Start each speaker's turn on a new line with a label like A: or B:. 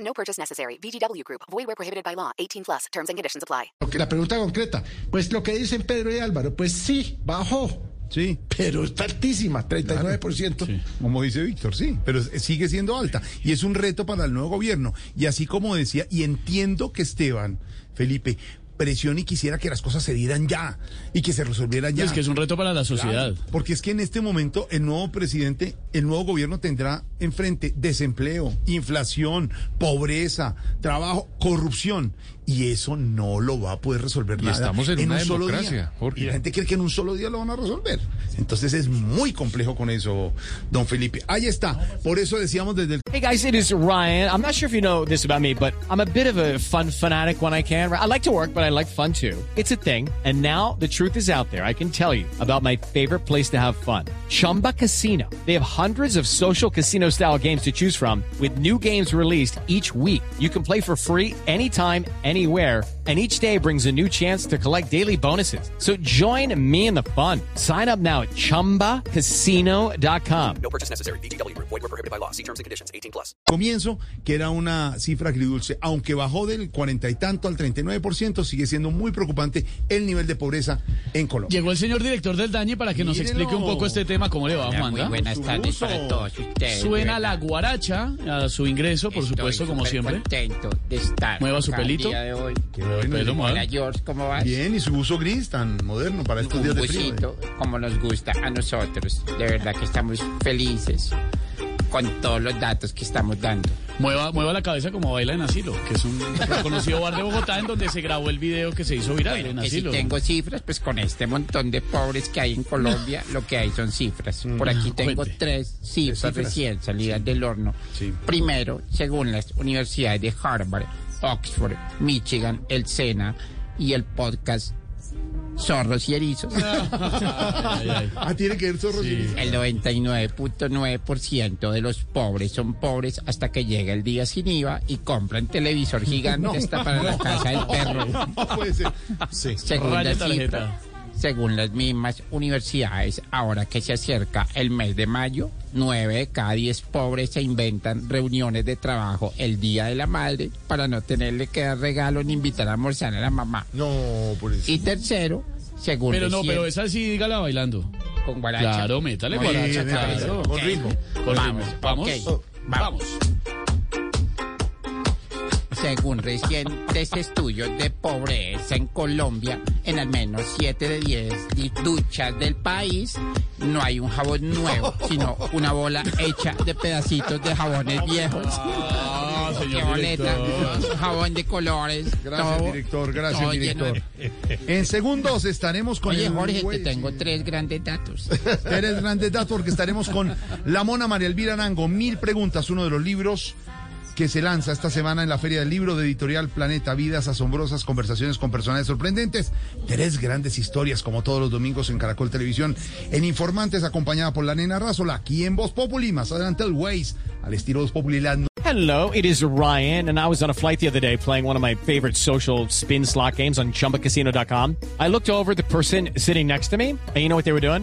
A: No purchase necessary. VGW Group. Void where prohibited by law. 18 plus. Terms and conditions apply.
B: Porque La pregunta concreta. Pues lo que dicen Pedro y Álvaro, pues sí, bajó.
C: Sí.
B: Pero está altísima, 39%.
C: Como dice Víctor, sí, pero es- sigue siendo alta y es un reto para el nuevo gobierno. Y así como decía, y entiendo que Esteban, Felipe, presión y quisiera que las cosas se dieran ya y que se resolvieran ya.
D: Es que es un reto para la sociedad.
C: Porque es que en este momento el nuevo presidente, el nuevo gobierno tendrá enfrente desempleo, inflación, pobreza, trabajo, corrupción. Y eso no lo va a poder resolver nada.
E: estamos en una
C: un solo día.
E: democracia, Jorge.
C: Y la gente cree que en un solo día lo van a resolver. Entonces es muy complejo con eso, don Felipe. Ahí está. Por eso decíamos desde el
F: Hey guys, it is Ryan. I'm not sure if you know this about me, but I'm a bit of a fun fanatic when I can. I like to work, but I like fun too. It's a thing. And now the truth is out there. I can tell you about my favorite place to have fun Chumba Casino. They have hundreds of social casino style games to choose from, with new games released each week. You can play for free anytime, anywhere. And each day brings a new chance to collect daily bonuses. So join me in the fun. Sign up now at chumbacasino.com.
G: No purchase necessary. VGW Group. Void were prohibited by law. See terms and conditions. 18 plus.
C: comienzo, que era una cifra agridulce, aunque bajó del cuarenta y tanto al 39%, sigue siendo muy preocupante el nivel de pobreza en Colombia.
D: Llegó el señor director del Dañi para que nos
C: Mírelo.
D: explique un poco este tema. ¿Cómo le va, Juanda?
C: Su uso.
H: eh,
D: Suena la guaracha a su ingreso, por supuesto, como siempre.
H: contento de estar.
D: Mueva su
H: acá el
D: pelito.
H: día de hoy.
C: bueno,
D: Pelo, mueve.
H: Hola, George, ¿cómo vas?
C: Bien, y su uso gris tan moderno para estos días
H: Un
C: de frío.
H: busito, como nos gusta a nosotros. De verdad que estamos felices con todos los datos que estamos dando.
D: Mueva, mueva la cabeza como baila en Asilo, que es un reconocido bar de Bogotá en donde se grabó el video que se hizo viral en
H: Que si
D: Asilo.
H: tengo cifras, pues con este montón de pobres que hay en Colombia, lo que hay son cifras. Por aquí tengo
D: Cuente.
H: tres cifras
C: Cifras.
H: recién salidas del horno.
C: Sí.
H: Primero, según las universidades de Harvard, Oxford, Michigan, el SENA y el podcast Zorros y Erizos.
D: Ay, ay.
C: Ah, tiene que ver zorro. sí.
H: El 99.9% de los pobres son pobres hasta que llega el día sin IVA y compran televisor gigante hasta para la casa del perro.
C: No puede ser. Sí.
H: Segunda
D: Raya
H: cifra,
D: tarjeta.
H: según las mismas universidades, ahora que se acerca el mes de mayo, 9 de cada 10 pobres se inventan reuniones de trabajo el día de la madre para no tenerle que dar regalo ni invitar a almorzar a la mamá.
C: No, por eso.
H: Y tercero, según
D: Pero no,
H: recién-
D: pero esa sí, dígala bailando.
H: con guaracha.
D: Claro, métale
H: Muy
D: guaracha,
H: bien,
D: claro.
H: ok.
C: Con ritmo.
D: Con
H: vamos,
D: ritmo. Vamos,
H: ok,
D: vamos.
H: Según recientes estudios de pobreza en Colombia, en al menos 7 de 10 di- duchas del país no hay un jabón nuevo, sino una bola hecha de pedacitos de jabones viejos.
D: Ah,
H: Qué
D: señor
H: boleta,
D: director.
H: jabón de colores.
C: Gracias,
H: todo-
C: director. Gracias,
H: todo lleno de-
C: director. En segundos estaremos con
H: Oye,
C: el
H: Jorge, te
C: güey,
H: tengo
C: sí.
H: tres grandes datos.
C: Pérez Hernández Dato, porque estaremos con la mona María Elvira Arango. Mil preguntas, uno de los libros que se lanza esta semana en la Feria del Libro de Editorial Planeta Vidas Asombrosas, conversaciones con personajes sorprendentes. Tres grandes historias, como todos los domingos en Caracol Televisión. En Informantes, acompañada por la nena Razola, aquí en Voz Populi. Más adelante el Waze, al estilo Voz Populi. La no-
F: Hello, it is Ryan, and I was on a flight the other day playing one of my favorite social spin slot games on chumbacasino.com. I looked over at the person sitting next to me, and you know what they were doing?